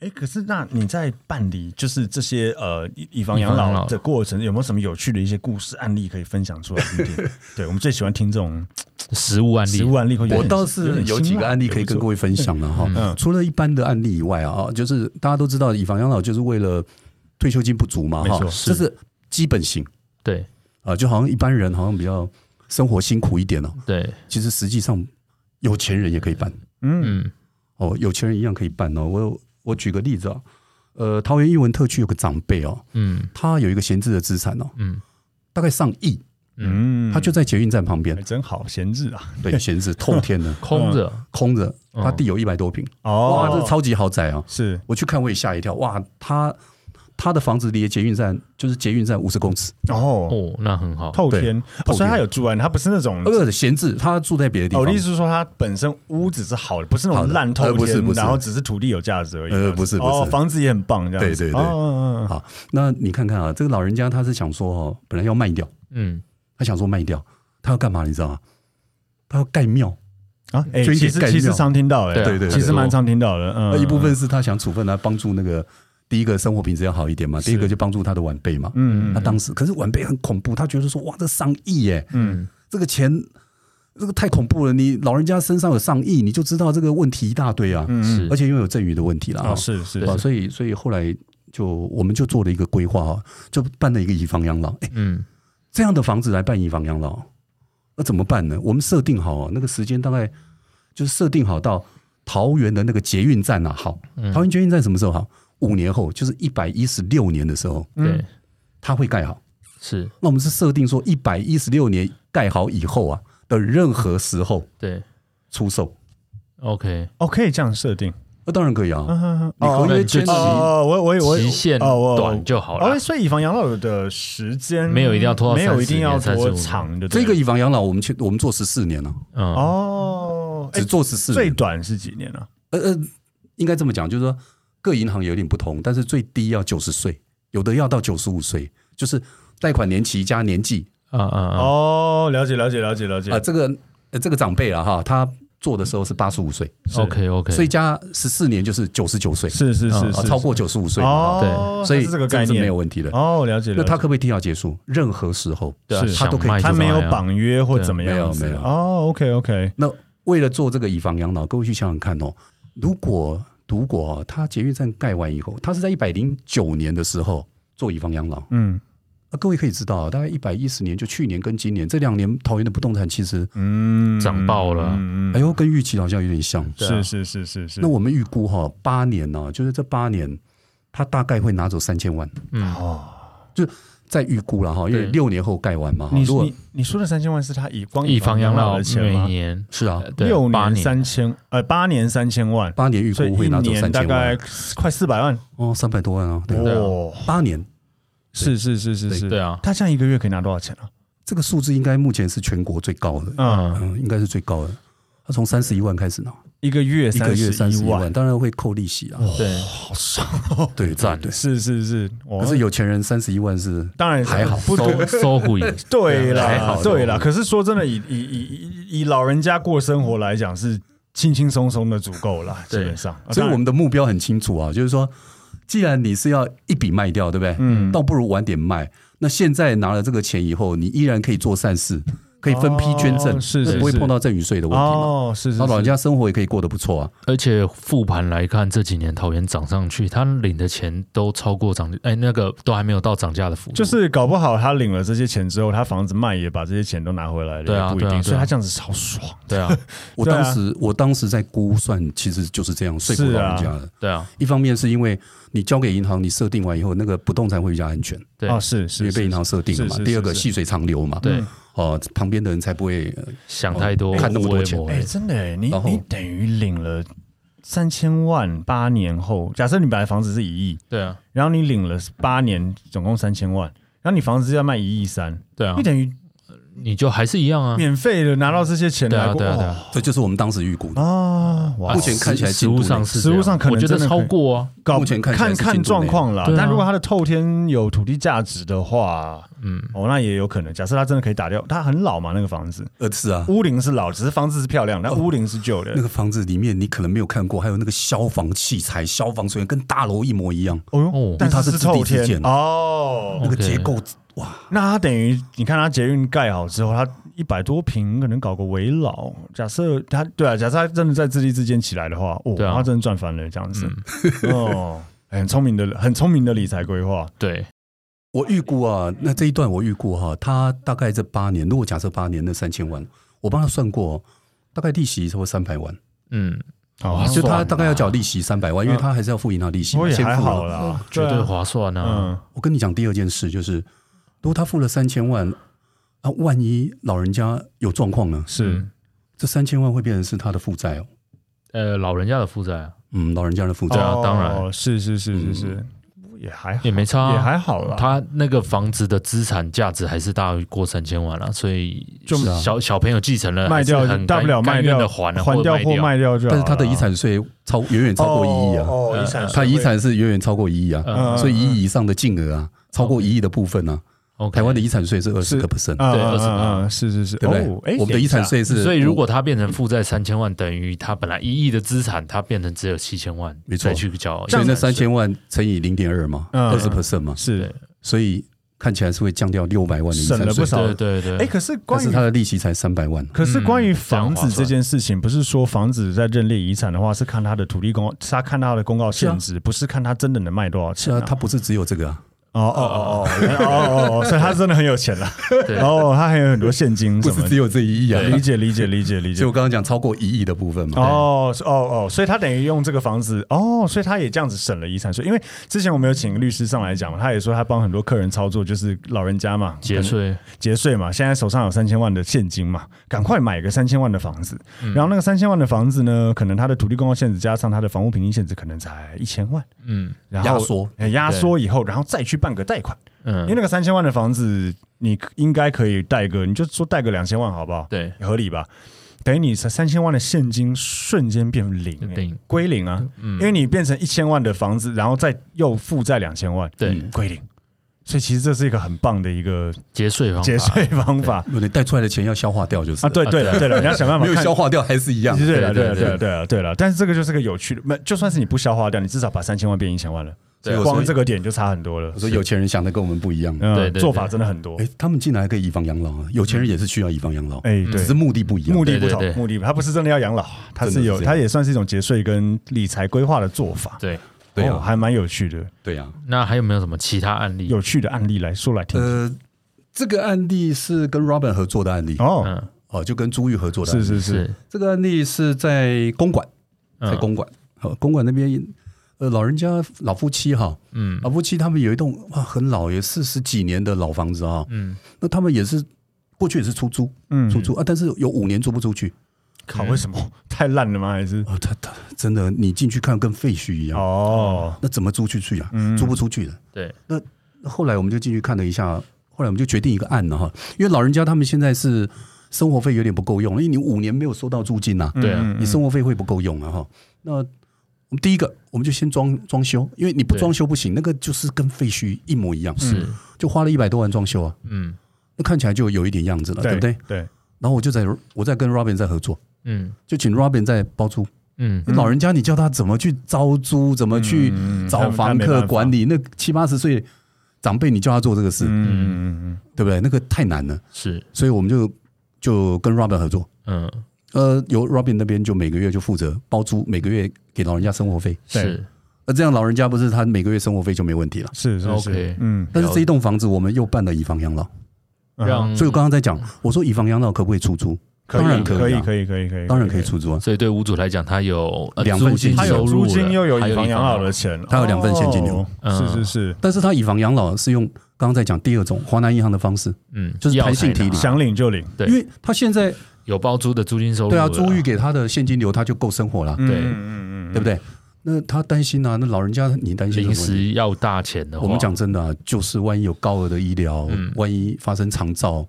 哎，可是那你在办理就是这些呃以以房养以房养老老的过程，有没有什么有趣的一些故事案例可以分享出来？对 不对对，我们最喜欢听这种实物案例，实物案例会有点，我倒是点有几辛辣个案例可以跟各位分享了哈。嗯除了一般的案例以外啊，就是大家都知道，以房养老就是为了退休金不足嘛哈没错，这是基本型对啊，就好像一般人好像比较生活辛苦一点哦。对，其实实际上有钱人也可以办嗯嗯哦，有钱人一样可以办哦。我有我举个例子啊，呃，桃园艺文特区有个长辈哦，嗯他有一个闲置的资产哦，嗯大概上亿，嗯，哎他就在捷运站旁边还，真好闲置啊，对，闲置透天 的空着，空着，嗯他地有一百多平，哦哇，这超级豪宅啊！是我去看我也吓一跳，哇，他他的房子离捷运站就是捷运站五十公尺，哦，哦，那很好，透天，哦透天所以他有住安，他不是那种。呃，闲置，他住在别的地哦，我的意方。思是说，它本身屋子是好的，不是那好种的烂透天，呃不是不是然后只是土地有价值而已。呃不是不哦，是房子也很棒，这样子。对对对哦嗯嗯嗯好，那你看看啊，这个老人家他是想说哦，本来要卖掉，嗯，他想说卖掉，他要干嘛？你知道吗？他要盖庙，啊，哎，捐其给实盖其实庙常听到，哎，对啊对对对其实蛮常听到的。那嗯，呃一部分是他想处分来帮助那个第一个生活品质要好一点嘛，第二个就帮助他的晚辈嘛。嗯，嗯他当时可是晚辈很恐怖，他觉得说哇，这上亿耶，嗯，这个钱这个太恐怖了，你老人家身上有上亿，你就知道这个问题一大堆啊。嗯是而且因为有赠与的问题了啊，啊，是是对吧？是，所以所以后来就我们就做了一个规划啊，就办了一个以房养老。哎，嗯这样的房子来办以房养老，那怎么办呢？我们设定好、啊、那个时间，大概就是设定好到桃园的那个捷运站啊，好，嗯桃园捷运站什么时候好？五年后，就是一百一十六年的时候，嗯对，它会盖好。是，那我们是设定说，一百一十六年盖好以后啊的任何时候对出售， ，OK，哦，可以这样设定。那当然可以啊。嗯你合哦约签那就期哦，我我我期限哦我短就好哦，了，所以以房养老的时间没有一定要拖到没有30一定要年35拖年长的这个以房养老，我们去我们做十四年了、嗯哦，哎嗯只做十四最年。短是几年啊？呃呃，应该这么讲，就是说各银行有点不同，但是最低要九十岁，有的要到九十五岁，就是贷款年期加年纪啊啊啊，哦，了解了解了解了解啊、，这个、呃、这个长辈啊哈，他做的时候是八十五岁， ，OK OK，所以加十四年就是九十九岁，是是是嗯啊是超过九十五岁嘛哈哦，所以它是这个概是念没有问题的。哦，了解那了他解。可不可以提早结束？任何时候。对啊是他都可想卖以就他没有卖啊，绑约或怎么对样子，没有没有哦，OK OK，那为了做这个以房养老，各位去想想看哦，如果如果啊他捷运站盖完以后，他是在一百零九年的时候做以房养老，嗯啊，各位可以知道啊，大概一百一十年，就去年跟今年这两年，桃园的不动产其实，嗯，涨爆了嗯嗯哎呦，跟预期好像有点像。对啊是是是是是，那我们预估哈、八年呢、就是这八年，他大概会拿走三千万，嗯，再预估了哈、因为对六年后盖完嘛。哈你如果你你说的三千万是他以光以房养老的钱每吗？年是啊呃，对六八年年三千，呃，八年三千万，八年预所以估一会拿走年三大千概万，快四百万，哦，三百多万啊，对啊，对啊哦，八年是是是是是，对啊他这样一个月可以拿多少钱啊？这个数字应该目前是全国最高的，嗯，嗯，应该是最高的。他从三十一万开始拿，一个月一个月三十十一万，万，当然会扣利息啊。对，好爽！对，赞对。对是是是，我可是有钱人三十一万是当然还好 不收收回，对还好啦，啦对啦。可是说真的，以以以以以老人家过生活来讲，是轻轻松松的足够啦，基对本上。啊所以当然我们的目标很清楚啊，就是说，既然你是要一笔卖掉，对不对？嗯倒不如晚点卖。那现在拿了这个钱以后，你依然可以做善事，可以分批捐赠，哦是是不会是碰到赠与税的问题嘛。哦，是是那、老人是，家生活也可以过得不错啊。而且复盘来看，这几年桃园涨上去，他领的钱都超过涨，哎，那个都还没有到涨价的幅度，就是搞不好他领了这些钱之后，他房子卖也把这些钱都拿回来了，对啊也不一对啊定。所以对啊他这样子超爽。对啊，我对啊当时、我当时在估算，其实就是这样说服是老啊人家的。对啊，一方面是因为你交给银行，你设定完以后，那个不动产会比较安全，对哦，是因是为被是银行设定了是嘛是。是第二个是细水长流嘛，嗯对，哦，旁边的人才不会呃想太多，看那么多钱我也哎、不会真的、欸，你然后你等于领了三千万，八年后，假设你本来房子是一亿，对啊，然后你领了八年，总共三千万，然后你房子要卖一亿三，对啊你，等于你就还是一样啊。免费的拿到这些钱对啊，来，对啊，对啊哇。这就是我们当时预估的。啊，哇啊目前看起来实进度物呢上是实这物样上可能我觉得真的可以超过啊，搞目前看起来看是进度状况啦内。对啊但如果它的透天有土地价值的话，嗯，哦，那也有可能。假设它真的可以打掉，它很老嘛，那个房子，呃，是啊，屋龄是老，只是房子是漂亮，但屋龄是旧的哦那。个房子里面你可能没有看过，还有那个消防器材、消防水源跟大楼一模一样，哦哦哟，但因为它是是是自地透自天建的哦那。个 OK 结构哇，那它等于你看它捷运盖好之后，它一百多平可能搞个围老。假设它对啊，假设它真的在自立自建起来的话，哦，对啊嗯它真的赚翻了这样子。 哦，哎很聪明的，很聪明的理财规划。对，我预估啊，那这一段我预估哈、他大概这八年，如果假设八年那三千万，我帮他算过、哦，大概利息差不多三百万，嗯，哦，就他算大概要缴利息三百万，因为他还是要付银行利息不嘛，过也先还付好了。啦，绝对啊。划算啊。嗯，我跟你讲第二件事就是，如果他付了三千万，啊，万一老人家有状况呢？是嗯这三千万会变成是他的负债哦，呃，老人家的负债啊，嗯，老人家的负对债。啊当然哦是是是是是，也还好也没差啊，也还好啦。他那个房子的资产价值还是大于过三千万了、所以就是是啊小小朋友继承了，卖掉还是很大不了甘卖甘愿掉地还啊还或者掉卖或卖掉就好了但是啦。他的遗产税超远远超过一亿啊，啊哦，哦遗产税他遗会产是远远超过一亿啊，呃嗯所以一亿以上的金额啊，超过一亿的部分啊， OK，台湾的遗产税是二十嗯是个 percent，啊对啊20%啊啊是是是，对不对哦哎，我们的遗产税是，所以如果他变成负债三千万，等于他本来一亿的资产，他变成只有七千万，没错再去交所以那遗产三税千万乘以零点二嘛，嗯二十 percent 嘛，是啊所以看起来是会降掉六百万的遗省产了不税，少。对对哎，对，可是但关是于他的利息才三百万，可是关于嗯这样房划子算这件事情，不是说房子在认列遗产的话，是看它的土地公，是他看它的公告限制，不是看它真的能卖多少是钱啊，啊。他不是只有这个啊，哦哦哦哦哦哦 哦，所以他真的很有钱了。对哦，他还有很多现金不什是么只的。有这一亿啊，理解理解理解理所以解我。刚刚讲超过一亿的部分嘛，哦是哦哦，所以他等于用这个房子哦，所以他也这样子省了遗产税。因为之前我们有请律师上来讲嘛，他也说他帮很多客人操作，就是老人家嘛节税节税嘛，现在手上有三千万的现金嘛，赶快买个三千万的房子。嗯然后那个三千万的房子呢，可能他的土地公告限制加上他的房屋平均限制，可能才一千万，嗯然后压缩哎压缩以后，然后再去办个贷款。因为嗯，那个三千万的房子，你应该可以贷个，你就说贷个两千万好不好？对，合理吧？等于你三三千万的现金瞬间变零、零嗯欸，归零啊！因为你变成一千万的房子，然后再又负债两千万，对嗯归零。所以其实这是一个很棒的一个节税方节法，税方法对，你带出来的钱要消化掉就是啊！对对了对了，你要想办法没有看嗯消化掉还是一样，对了对了对对对了对了对了，但是这个就是个有趣的，没就算是你不消化掉，你至少把三千万变一千万了，对我光说这个点就差很多了我。说有钱人想的跟我们不一样，嗯对对对做法真的很多。哎，他们进来还可以以房养老啊，有钱嗯人也是需要以房养老，哎，对只，是目的不一样，目的不对同对，对目的不他不是真的要 养老，他真是的是有，这样他也算是一种节税跟理财规划的做法。对，对哦啊，还蛮有趣的，对啊，那还有没有什么其他案例？有趣的案例来说来听。呃，这个案例是跟 Robin 合作的案例，哦，嗯，哦，就跟朱玉合作的案是例，是是，是嗯这个案例是在公馆，啊在公馆，好，公馆那边，呃，老人家老夫妻哈，嗯老夫妻他们有一栋哇很老，也四十几年的老房子啊，嗯，那他们也是过去也是出租，嗯出租啊，但是有五年租不出去靠，为什么太烂了吗？还是啊，他他真的你进去看跟废墟一样，哦，嗯那怎么租出去啊？租不出去的。对，后来我们就进去看了一下，后来我们就决定一个案了哈，因为老人家他们现在是生活费有点不够用，因为你五年没有收到租金呐、嗯对啊嗯嗯你生活费会不够用啊哈。那我们第一个，我们就先装装修，因为你不对装修不行，那个就是跟废墟一模一样，是就花了一百多万装修啊，嗯那看起来就有一点样子了，对对不对？对，然后我就在我在跟 Robin 在合作，嗯就请 Robin 在包租。嗯老人家你叫他怎么去招租，怎么去嗯找房他没办客法管理，那七八十岁长辈你叫他做这个事，嗯嗯嗯对不对？那个太难了，是所以我们就就跟 Robin 合作。嗯呃，由 Robin 那边就每个月就负责包租，每个月给老人家生活费。对是那这样老人家不是他每个月生活费就没问题了。是是是 OK，，嗯，但是这一栋房子我们又办了以房养老，嗯让所以我刚刚在讲，我说以房养老可不可以出租？可以当然可可以以啊可以可以可以，当然可以出租啊，所以嗯对屋主来讲，他有呃两份租金现金他收有入租金了又有还以有房养老了的钱，他有两份现金流哦嗯是是是，但是他以房养老是用刚刚在讲第二种华南银行的方式，嗯，就是要弹性才提拿领想领就领，对因为他现在有包租的租金收入对啊，了租玉给他的现金流他就够生活了，嗯对嗯嗯嗯，对不对？那他担心啊，那老人家你担心临什么问题？时要大钱的话，嗯我们讲真的啊，就是万一有高额的医疗，万一发生长照，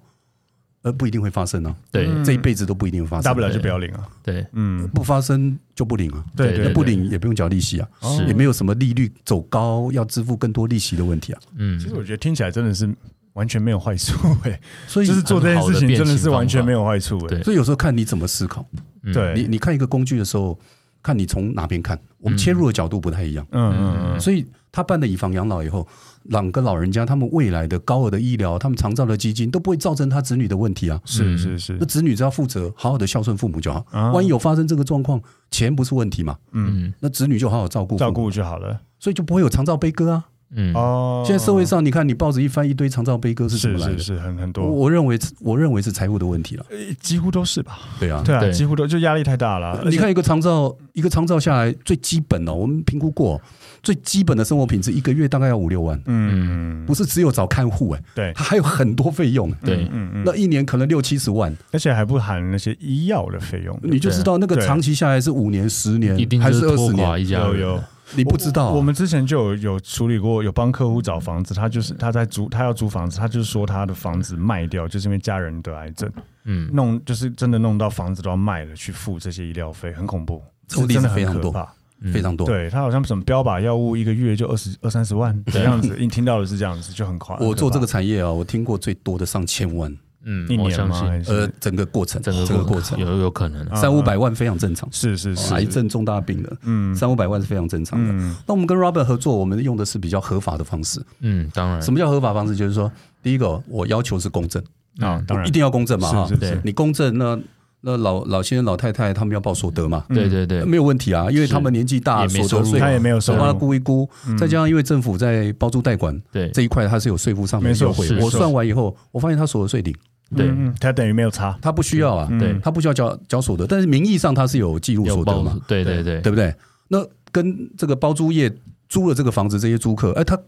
呃，不一定会发生啊，对嗯这一辈子都不一定会发大生不，了就不要领啊。对，嗯，不发生就不领啊，对对对那不领也不用缴利息啊，哦也是，没有什么利率走高要支付更多利息的问题啊，其实嗯，我觉得听起来真的是完全没有坏处 哎，所以就是做这件事情真的是完全没有坏处哎。对所以有时候看你怎么思考，嗯对你你看一个工具的时候，看你从哪边看，我们切入的角度不太一样。嗯嗯嗯，所以他办了以房养老以后，两个老人家他们未来的高额的医疗，他们长照的基金都不会造成他子女的问题啊。是是是那，子女只要负责好好的孝顺父母就好。啊万一有发生这个状况，钱不是问题嘛？嗯那子女就好好照顾父母照，顾就好了。所以就不会有长照悲歌啊。嗯，哦，现在社会上，你看你报纸一翻，一堆长照悲歌是是怎么来是的？是很很我多，我认为我认为是财务的问题了。呃几乎都是吧？对啊，对啊，对几乎都就压力太大了。而你且看一个长照，一个长照下来最基本哦，我们评估过最基本的生活品质，一个月大概要五六万，嗯，不是只有找看护哎、对，它还有很多费用、哎对，嗯嗯，那一年可能六七十万，而且还不含那些医药的费用。你就知道那个对长期下来是五年、十嗯年一定还就是是二拖十垮年，一家有人，有，你不知道啊、我。我们之前就有有处理过，有帮客户找房子，他就是他在租，他要租房子，他就是说他的房子卖掉，就是因为家人得癌症，嗯，弄就是真的弄到房子都要卖了，去付这些医疗费，很恐怖，这种例子真的很非常可多怕嗯非常多。对他好像什么标靶药物一个月就二十二三十万这样子，你听到的是这样子，就很夸。我做这很个可产业啊，我听过最多的上千万，嗯怕一，我年相吗？信还呃是，整个过程，整整个个过过程啊程有有可嗯能，三五百万非常正常，是是是，癌症重大病人嗯三五百万是非常正常的。嗯那我们跟 Robert 合作，我们用的是比较合法的方式。嗯，当然什么叫合法方式？就是说，第一个我要求是公正，嗯啊，当然一定要公正嘛，哈是。是对是，你公正，那那老老先生、老太太他们要报所得嘛，对对对，没有问题啊，因为是他们年纪大，也没所收得入税他也没有收手帮他入，估一估，再加上因为政府在包租代管对这一块，它是有税负上没面的错优惠是。我是算完以后，我发现他所得税领，对嗯，嗯他等于没有差，他不需要啊，对嗯他不需要交交所得，但是名义上他是有记录有所得报嘛，，对对对对，不对？那跟这个包租业租了这个房子，这些租客，哎，他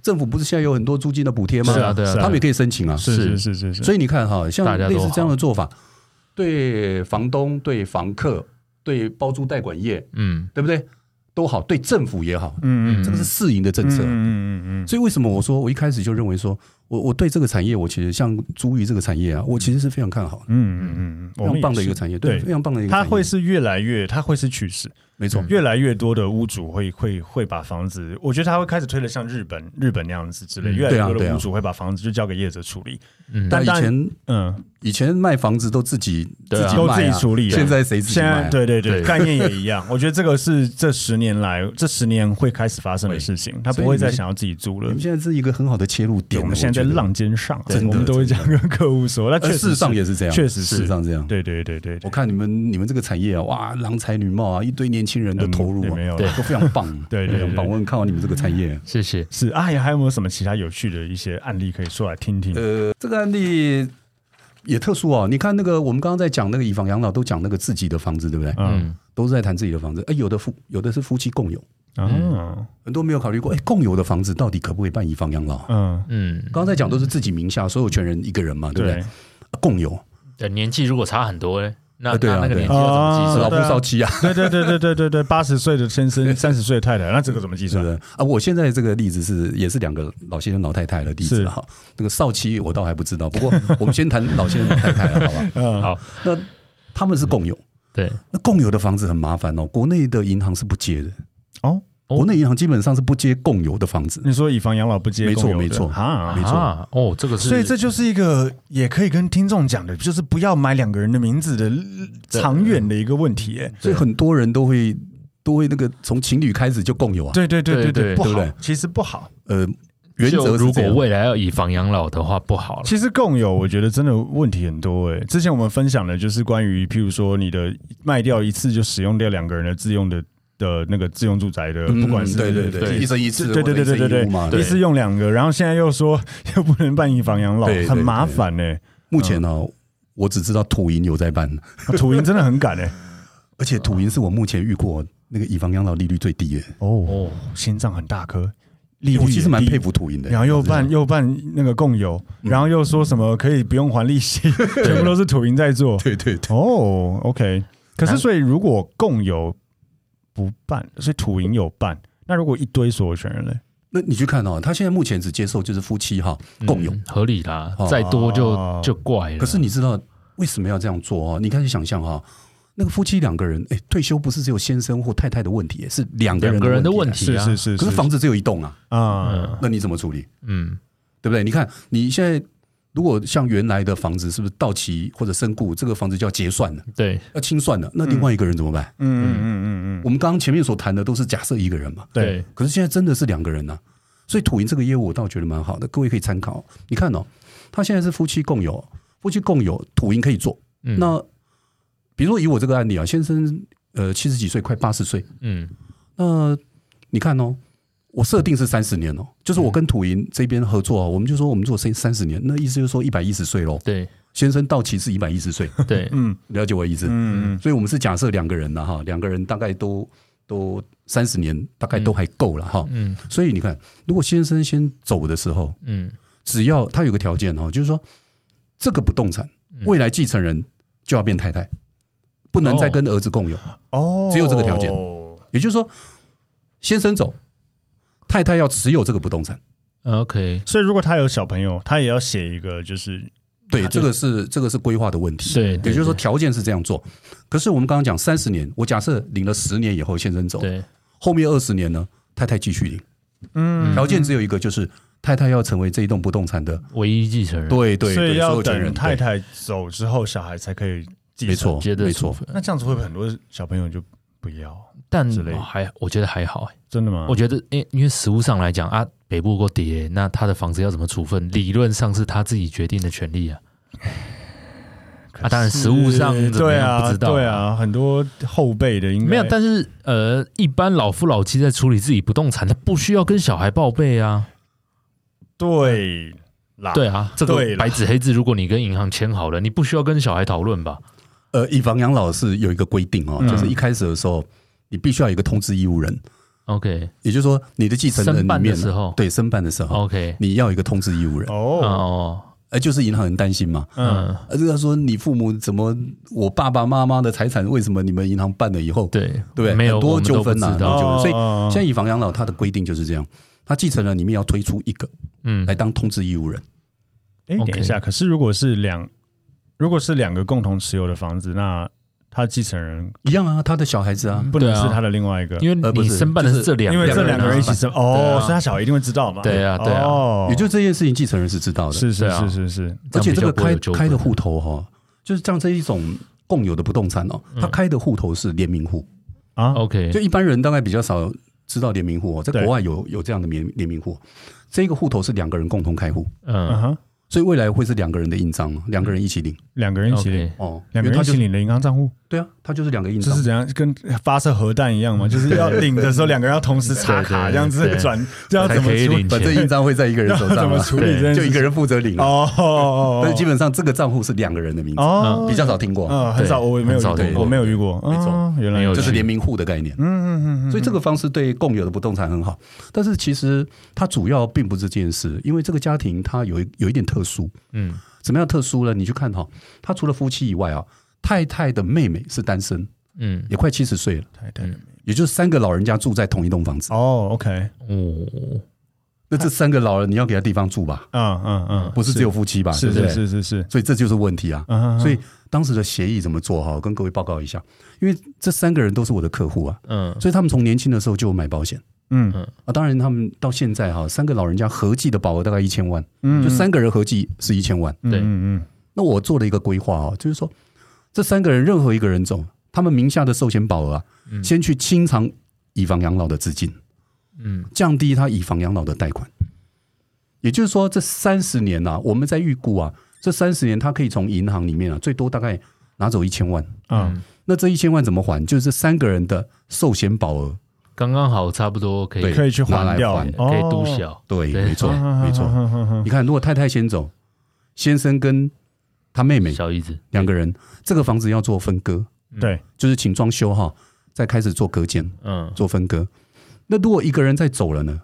政府不是现在有很多租金的补贴吗？是啊对啊是他们也可以申请啊。是是是是是是，所以你看哈，像大家都类似这样的做法，对房东、对房客、对包租代管业，嗯对不对？都好，对政府也好，嗯这个是适应的政策。嗯嗯嗯嗯所以为什么我说我一开始就认为说，我我对这个产业，我其实像租鱼这个产业啊，我其实是非常看好的，嗯嗯嗯，非我们常也棒的一是个产业，对对，非常棒的一个产它业。会是越来越，它会是趋势，没错，越来越多的屋主会会会把房子，我觉得他会开始推的像日本日本那样子之类，嗯越来对啊越多对的啊屋主会把房子就交给业者处理，嗯，但那以前嗯，以前卖房子都自己对啊自己都自卖己啊处理啊现在谁自己现卖在啊？对对对，对概念也一样，我觉得这个是这十年来这十年会开始发生的事情，他不会再想要自己租你了们。现在是一个很好的切入对点。我们现在在觉得，浪尖上，真的我们都会这样跟客户说，那而确事实实上是也是这样，确实事是实上这样。对对对对对我，看你们你们这个产业啊，哇，郎才女貌啊，一堆年轻人的嗯投入也啊，没有对了都非常 棒，啊对对非常棒。对我很看好你们这个产业。谢谢，是啊，还还有没有什么其他有趣的一些案例可以说来听听？呃，这个案例也特殊哦。你看那个我们刚刚在讲那个以房养老，都讲那个自己的房子，对不对？嗯嗯都是在谈自己的房子。哎，有的夫有的是夫妻共有，嗯很多没有考虑过，哎，共有的房子到底可不可以办以房养老？嗯，嗯，刚刚在讲都是自己名下所有权人一个人嘛，对不对？对，啊共有，对，年纪如果差很多嘞，那啊对啊那那个对啊年纪要啊怎么老计夫算？少妻啊，对对对对对对对，八十岁的先生，三十岁的太太，那这个怎么计是算不？是？啊，我现在这个例子是也是两个老先生老太太的例子是哈。那个少妻我倒还不知道，不过我们先谈老先生老太太了，好吧？嗯，好，那他们是共有，对，那共有的房子很麻烦哦，国内的银行是不接的。哦，哦国内银行基本上是不接共有的房子，你说以房养老不接没错共有的，没错哈没。错啊，哦，这个是，所以这就是一个也可以跟听众讲的，就是不要买两个人的名字的呃长远的一个问题。哎，所以很多人都会都会那个从情侣开始就共有啊。对对对对对，对不对不好对，其实不好。呃，原则就是如这果样。未来要以房养老的话，不好了，其实共有，我觉得真的问题很多诶、之前我们分享的就是关于，譬如说你的卖掉一次就使用掉两个人的自用的的那个自用住宅的，嗯呃不管是对对对一生一次，对对对或者对一生对一屋嘛对，一次用两个，然后现在又说 又不能办以房养老对，对很麻烦呢。目前呢、我只知道土银有在办，土银真的很 赶哎，而且土银是我目前遇过那个以房养老利率最低的。哦哦，心脏很大颗，利率我其实也蛮低佩服嗯土银的。然后又办又办那个共有，然后又说什么可以不用还利 息，全部都是土银在做。对对对，哦，OK。可是，那所以如果共有不办，所以土银有办，那如果一堆所有权人嘞？那你去看哦，他现在目前只接受就是夫妻哈共有，嗯合理啦哦，再多哦就就怪了。可是你知道为什么要这样做啊、哦？你开始想象哈、那个夫妻两个人，哎，退休不是只有先生或太太的问题，是两个人两个人的问问题是啊，是是，可是房子只有一栋啊，啊，那你怎么处理？嗯，对不对？你看你现在如果像原来的房子是不是到期或者身故，这个房子就要结算了，对，要清算了，那另外一个人怎么办？嗯嗯嗯嗯嗯，我们刚刚前面所谈的都是假设一个人嘛，对，可是现在真的是两个人呐、所以土银这个业务我倒觉得蛮好的，各位可以参考。你看哦，他现在是夫妻共有，夫妻共有土银可以做。嗯那比如说以我这个案例啊，先生呃七十几岁，快八十岁，嗯那你看哦，我设定是三十年哦，就是我跟土银这边合嗯作啊，我们就说我们做三三十年，那意思就是说一百一十岁喽。对先生到期是一百一 十岁，对，嗯了解我的意思？嗯嗯所以我们是假设两个人了哈，两个人大概都都三十年，大概都还够了哈。嗯所以你看，如果先生先走的时候，嗯只要他有个条件哈，就是说这个不动产未来继承人就要变太太，不能再跟儿子共有。哦，只有这个条件也就是说，先生走，太太要持有这个不动产。嗯，OK，所以如果他有小朋友，他也要写一个，就是对，啊这个是这个是规划的问题。对也对就是说对条件是这样做。可是我们刚刚讲三十年，我假设领了十年以后先生走，对，后面二十年呢，太太继续领。嗯，条件只有一个，就是太太要成为这一栋不动产的唯一继承人，对对所以对所要有权人等太对太走之后，小孩才可以继承。没错接着没错处，分那这样子会不会很多小朋友就不要？但之类的哦还我觉得还好，欸真的吗？我觉得因因为实物上来讲啊，北部够跌，那他的房子要怎么处分，理论上是他自己决定的权 利啊。啊，当然实物上怎么对样啊，不知道，对，啊，很多后辈的应该没有，但是呃，一般老夫老妻在处理自己不动产，他不需要跟小孩报备啊。对啦，对啊，这对个啦白纸黑字，如果你跟银行签好了，你不需要跟小孩讨论吧？呃，以房养老是有一个规定哦，嗯就是一开始的时候，你必须要有一个通知义务人， OK 也就是说你的继承人申里办的面时候对申办的时候， OK 你要有一个通知义务人，哦，哦，呃，就是银行很担心嘛，嗯，呃，这个说你父母怎么，我爸爸妈妈的财产为什么你们银行办了以后，对对不对？没有很多我们都纠纷不呐、知很道多纠纷。所以哦现在以房养老它的规定就是这样，它继承人里面要推出一个嗯来当通知义务人，哎， OK 等一下，可是如果是两，如果是两个共同持有的房子，那他继承人一样啊，他的小孩子啊，不能对啊是他的另外一个，因呃为不你是申办的就是是这两因个为人啊，这两个人一起生对哦啊，所以他小孩一定会知道嘛。对啊对啊哦也就这件事情继承人是知道的，是对是啊是是是，而且这这样比较个不会开有纠纷啊开的户头哈、就是像这一种共有的不动产哦，嗯它开的户头是联名户，啊 OK 就一般人大概比较少知道联名户哦，在对国外有有这样的联联名户，这个户头是两个人共同开户，嗯嗯哼，所以未来会是两个人的印章，两个人一起领两个人一起领， OK 哦，因嗯两个人为他一就起领的银行账户，对啊，他就是两个印这章是。怎样？跟发射核弹一样嘛？就是要领的时候，两个人要同时插卡，嗯对对对这样子对转，这要才怎么可以处理领？反正印章会在一个人要 手上怎么嘛，处理对这件事情？就一个人负责领啊。哦哦哦，嗯但是基本上这个账户是两个人的名字，哦比较少听过，嗯，很少，对我没有很遇少过，听过我没有遇过，没错哦，原来没有有就这是联名户的概念。嗯嗯嗯嗯，所以这个方式对共有的不动产很好，但是其实它主要并不是这件事，因为这个家庭它有一有一点特殊，嗯怎么样特殊呢？你去看哈、他除了夫妻以外啊，太太的妹妹是单身，嗯也快七十岁了，太太也就是三个老人家住在同一栋房子。哦，OK，哦那这三个老人你要给他地方住吧，嗯嗯嗯，不是只有夫妻吧？是对不是对？是是是，所以这就是问题啊。嗯，所以当时的协议怎么做哈、我跟各位报告一下，因为这三个人都是我的客户啊，嗯所以他们从年轻的时候就有买保险嗯啊。当然，他们到现在哈、三个老人家合计的保额大概一千万，嗯就三个人合计是一千万。嗯对嗯嗯那我做了一个规划哦，就是说这三个人任何一个人走，他们名下的寿险保额啊，先去清偿以房养老的资金，嗯降低他以房养老的贷款。也就是说，这三十年呐、我们在预估啊，这三十年他可以从银行里面啊，最多大概拿走一千万。嗯，那这一千万怎么还？就是这三个人的寿险保额。刚刚好，差不多可以对哦可以去还掉，哦啊拿来可以嘟小，小，对，对没错，啊没错。你看，如果太太先走，先生跟他妹妹小姨子，两个人，这个房子要做分割，对，就是请装修哈，再开始做隔间、嗯做分割。那如果一个人再走了呢？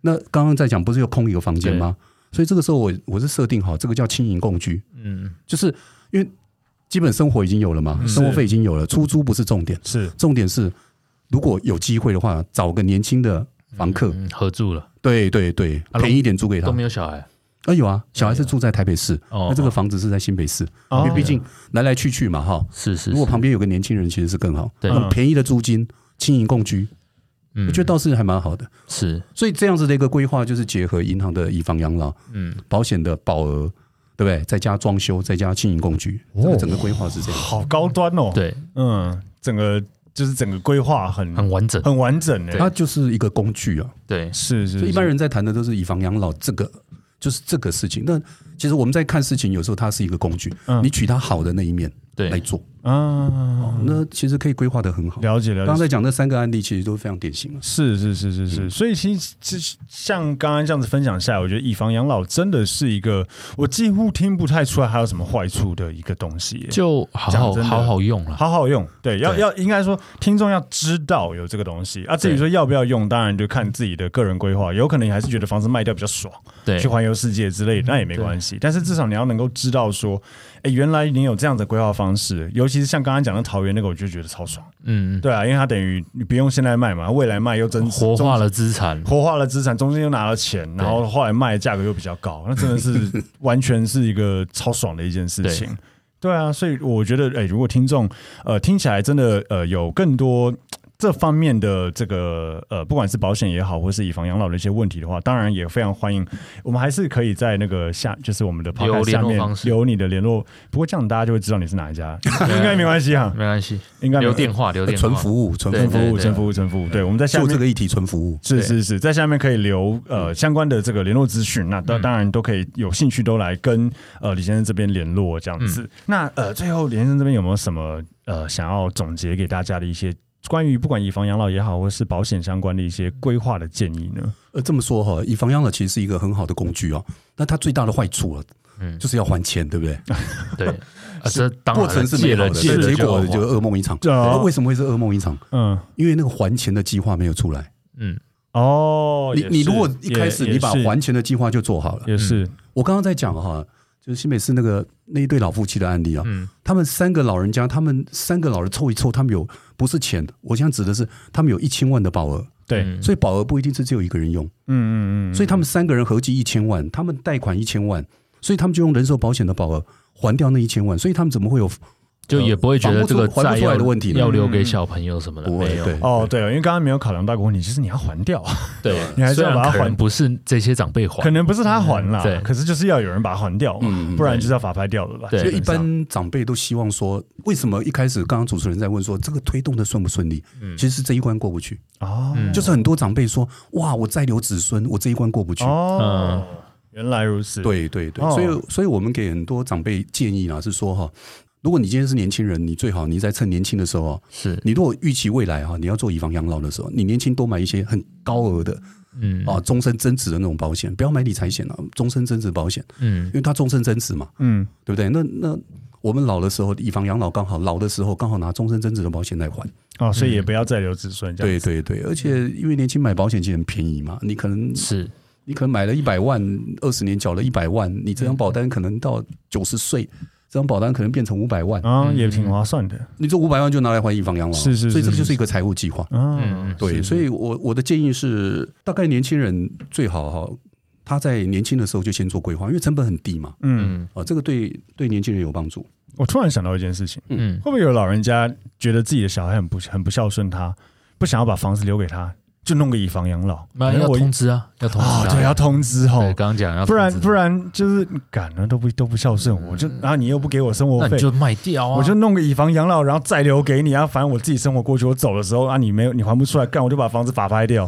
那刚刚在讲不是有空一个房间吗？所以这个时候我我是设定好，这个叫轻盈共居，嗯就是因为基本生活已经有了嘛，生活费已经有了，出租不是重点，是重点是如果有机会的话，找个年轻的房客，嗯合住了，对对对，啊便宜一点租给他都。没有小孩啊有啊，小孩是住在台北市，哦那这个房子是在新北市，因哦为毕竟来来去去嘛哈。是是如果旁边有个年轻人，其实是更好。对那么便宜的租金，轻盈共居，嗯我觉得倒是还蛮好的。是所以这样子的一个规划，就是结合银行的以房养老、嗯保险的保额，对不对？再加装修，再加轻盈共居，哦这个整个规划是这样。好高端哦。，对，嗯，整个就是整个规划很哦很完整，很完整诶。它就是一个工具啊，对，是是，所以一是般人在谈的都是以房养老这个，就是这个事情。那其实我们在看事情，有时候它是一个工具，嗯你取它好的那一面对嗯来做，哦啊，那其实可以规划的很好。了解了解。刚嗯刚在讲那三个案例，其实都非常典型了。是是是是是，所以其实其实像刚刚这样子分享下来，我觉得以房养老真的是一个我几乎听不太出来还有什么坏处的一个东西耶，就好讲好真的好好用了，好好用。对，要对要应该说听众要知道有这个东西啊，至于对说要不要用，当然就看自己的个人规划，有可能你还是觉得房子卖掉比较爽，对嗯去，环游世界之类的，那也没关系。但是至少你要能够知道说，哎，原来你有这样的规划方式，尤其是像刚刚讲的桃园那个，我就觉得超爽。嗯，对啊，因为它等于你不用现在卖嘛，未来卖又增活增化了资产，活化了资产，中间又拿了钱，然后后来卖的价格又比较高，那真的是 完全是一个超爽的一件事情。对啊，所以我觉得，哎、如果听众呃听起来真的呃有更多嘖这方面的这个呃，不管是保险也好，或是以房养老的一些问题的话，当然也非常欢迎。我们还是可以在那个下，就是我们的 p 留 o 联下络面方式留你的联络。不过这样大家就会知道你是哪一家，应该没关系哈，没关系，应该没留电话留电话，纯服务，纯对服务，服务，对成服务，成服务。对，我们在下就面这个议题纯服务。是对是是，在下面可以留呃相关的这个联络资讯，那当当然都可以有兴趣都来跟呃李先生这边联络这样子。那呃最后李先生这边有没有什么呃想要总结给大家的一些关于不管以房养老也好，或是保险相关的一些规划的建议呢？呃，这么说哈，以房养老其实是一个很好的工具哦。那它最大的坏处啊，嗯就是要还钱，对不对？对，啊这当然过了程是借美好了的，借了结果就就噩梦一场。对啊那为什么会是噩梦一场？嗯因为那个还钱的计划没有出来。嗯哦，你也你是如果一开始也你把也是嗯还钱的计划就做好了，也是我刚刚在讲哈，就是新北市那个那一对老夫妻的案例啊，嗯他们三个老人家，他们三个老人凑一凑，他们有不是钱，我想指的是他们有一千万的保额，对，嗯嗯所以保额不一定是只有一个人用，嗯嗯，所以他们三个人合计一千万，他们贷款一千万，所以他们就用人寿保险的保额还掉那一千万，所以他们怎么会有就也不会觉得这个还不出还债不出要来的问题呢要留给小朋友什么的，不会没有对哦对哦，因为刚刚没有考量到一个问题，就是你要还掉，对，你还是虽要然把它可能还不是这些长辈还可，能不是他还啦嗯对，可是就是要有人把它还掉嗯嘛，不然就是要法拍掉了吧？对所基以一本上般长辈都希望说，为什么一开始刚刚主持人在问说这个推动的顺不顺利？嗯其实是这一关过不去，哦，就是很多长辈说，哇，我再留子孙，我这一关过不去。嗯哦，原来如此。，对对对，哦所以所以我们给很多长辈建议啊，是说哈，如果你今天是年轻人，你最好你在趁年轻的时候啊，是你如果预期未来哈，你要做以房养老的时候，你年轻多买一些很高额的嗯啊终身增值的那种保险，不要买理财险啊，终身增值保险，嗯因为它终身增值嘛。嗯，对不对？那那我们老的时候，以房养老刚好老的时候刚好拿终身增值的保险来还。哦，所以也不要再留子孙这样嗯对子。对对，而且因为年轻买保险其实很便宜嘛，你可能是你可能买了一百万，二十年缴了一百万，你这张保单可能到九十岁，这张保单可能变成五百万，啊，也挺划算的。你这五百万就拿来还以房养老，是是是哦所以这个就是一个财务计划。嗯，对，所以我我的建议是，大概年轻人最好哈，他在年轻的时候就先做规划，因为成本很低嘛，嗯，啊，这个对对年轻人有帮助。我突然想到一件事情，嗯会不会有老人家觉得自己的小孩很不很不孝顺他，不想要把房子留给他，就弄个以房养老？那可能要我通知啊，要通知啊，啊对，要通知对哦，刚刚讲要通知，不然不然就是赶了都不都不孝顺我，就然后你又不给我生活嗯那费你，就卖掉啊，我就弄个以房养老，然后再留给你啊。反正我自己生活过去，我走的时候啊，你没有你还不出来，干我就把房子法拍掉，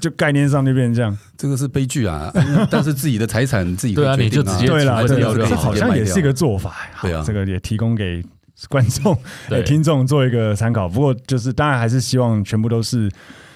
就概念上就变成这样。这个是悲剧啊！ 但是自己的财产自己对啊会决定你就直接对啦，直对接啦卖掉这好像也是一个做法。好对啊这个也提供给观众、对给听众做一个参考。不过就是当然还是希望全部都是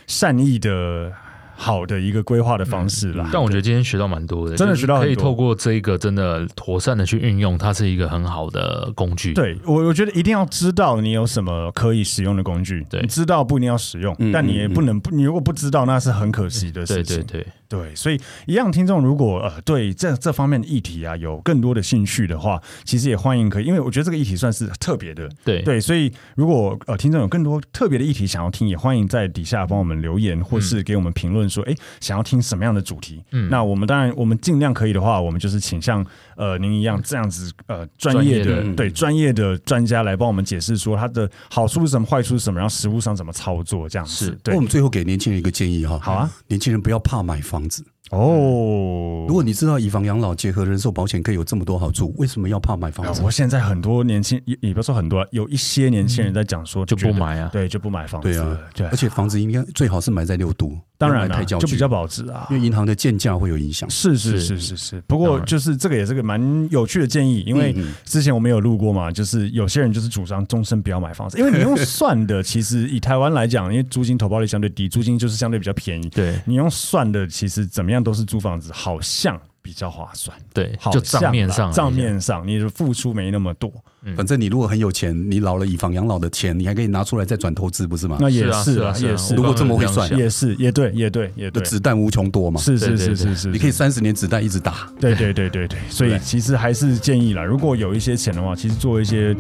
善意的、好的一个规划的方式啦。嗯但我觉得今天学到蛮多的，真的就是学到很可以多透过这一个真的妥善的去运用，它是一个很好的工具。，对我，我觉得一定要知道你有什么可以使用的工具。对你知道不一定要使用，嗯但你也嗯不能不，你如果不知道，那是很可惜的对事情。对对，对，所以一样，听众如果呃对这这方面的议题啊有更多的兴趣的话，其实也欢迎可以，因为我觉得这个议题算是特别的，对对，所以如果呃听众有更多特别的议题想要听，也欢迎在底下帮我们留言，或是给我们评论说，哎、想要听什么样的主题？嗯那我们当然，我们尽量可以的话，我们就是倾向呃您一样这样子呃专业的专业的对专业的专家来帮我们解释说它的好处是什么，坏处是什么，然后实物上怎么操作这样子。是对我们最后给年轻人一个建议哈，好啊，年轻人不要怕买房子。哦，如果你知道以房养老结合人寿保险可以有这么多好处，为什么要怕买房啊子？我现在很多年轻也也不要说很多啊，有一些年轻人在讲说就觉不得，买啊。对，就不买房子对啊了，对而，且房子应该最好是买在六都，当然不要了，买太郊就区，比较保值啊因。为银行的建价会有影响。是是是是是是，不过当然就是这个也是个蛮有趣的建议，因为嗯嗯之前我们有录过嘛，就是有些人就是主张终身不要买房子，因为你 用算的，其实以台湾来讲，因为租金投报率相对低，租金就是相对比较便宜，对你用算的，其实怎么样都是租房子好像比较划算，对好，就像账面啦上来啊账讲面上你的付出没那么多，嗯反正你如果很有钱，你老了以房养老的钱，你还可以拿出来再转投资，不是吗？那也是啊是啊啊也啊是我如刚果刚这么会样算想也是，也对，也对，也的对，子弹无穷多嘛，是是对对是对是是，你可以三十年子弹一直打。对对对对对，所以对其实还是建议啦，如果有一些钱的话，其实做一些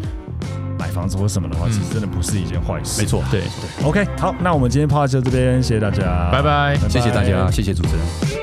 买房子或什么的话，嗯其实真的不是一件坏事。没错，对， ，OK，好，那我们今天 p 就到这边，谢谢大家，拜拜。谢谢大家，谢谢主持人。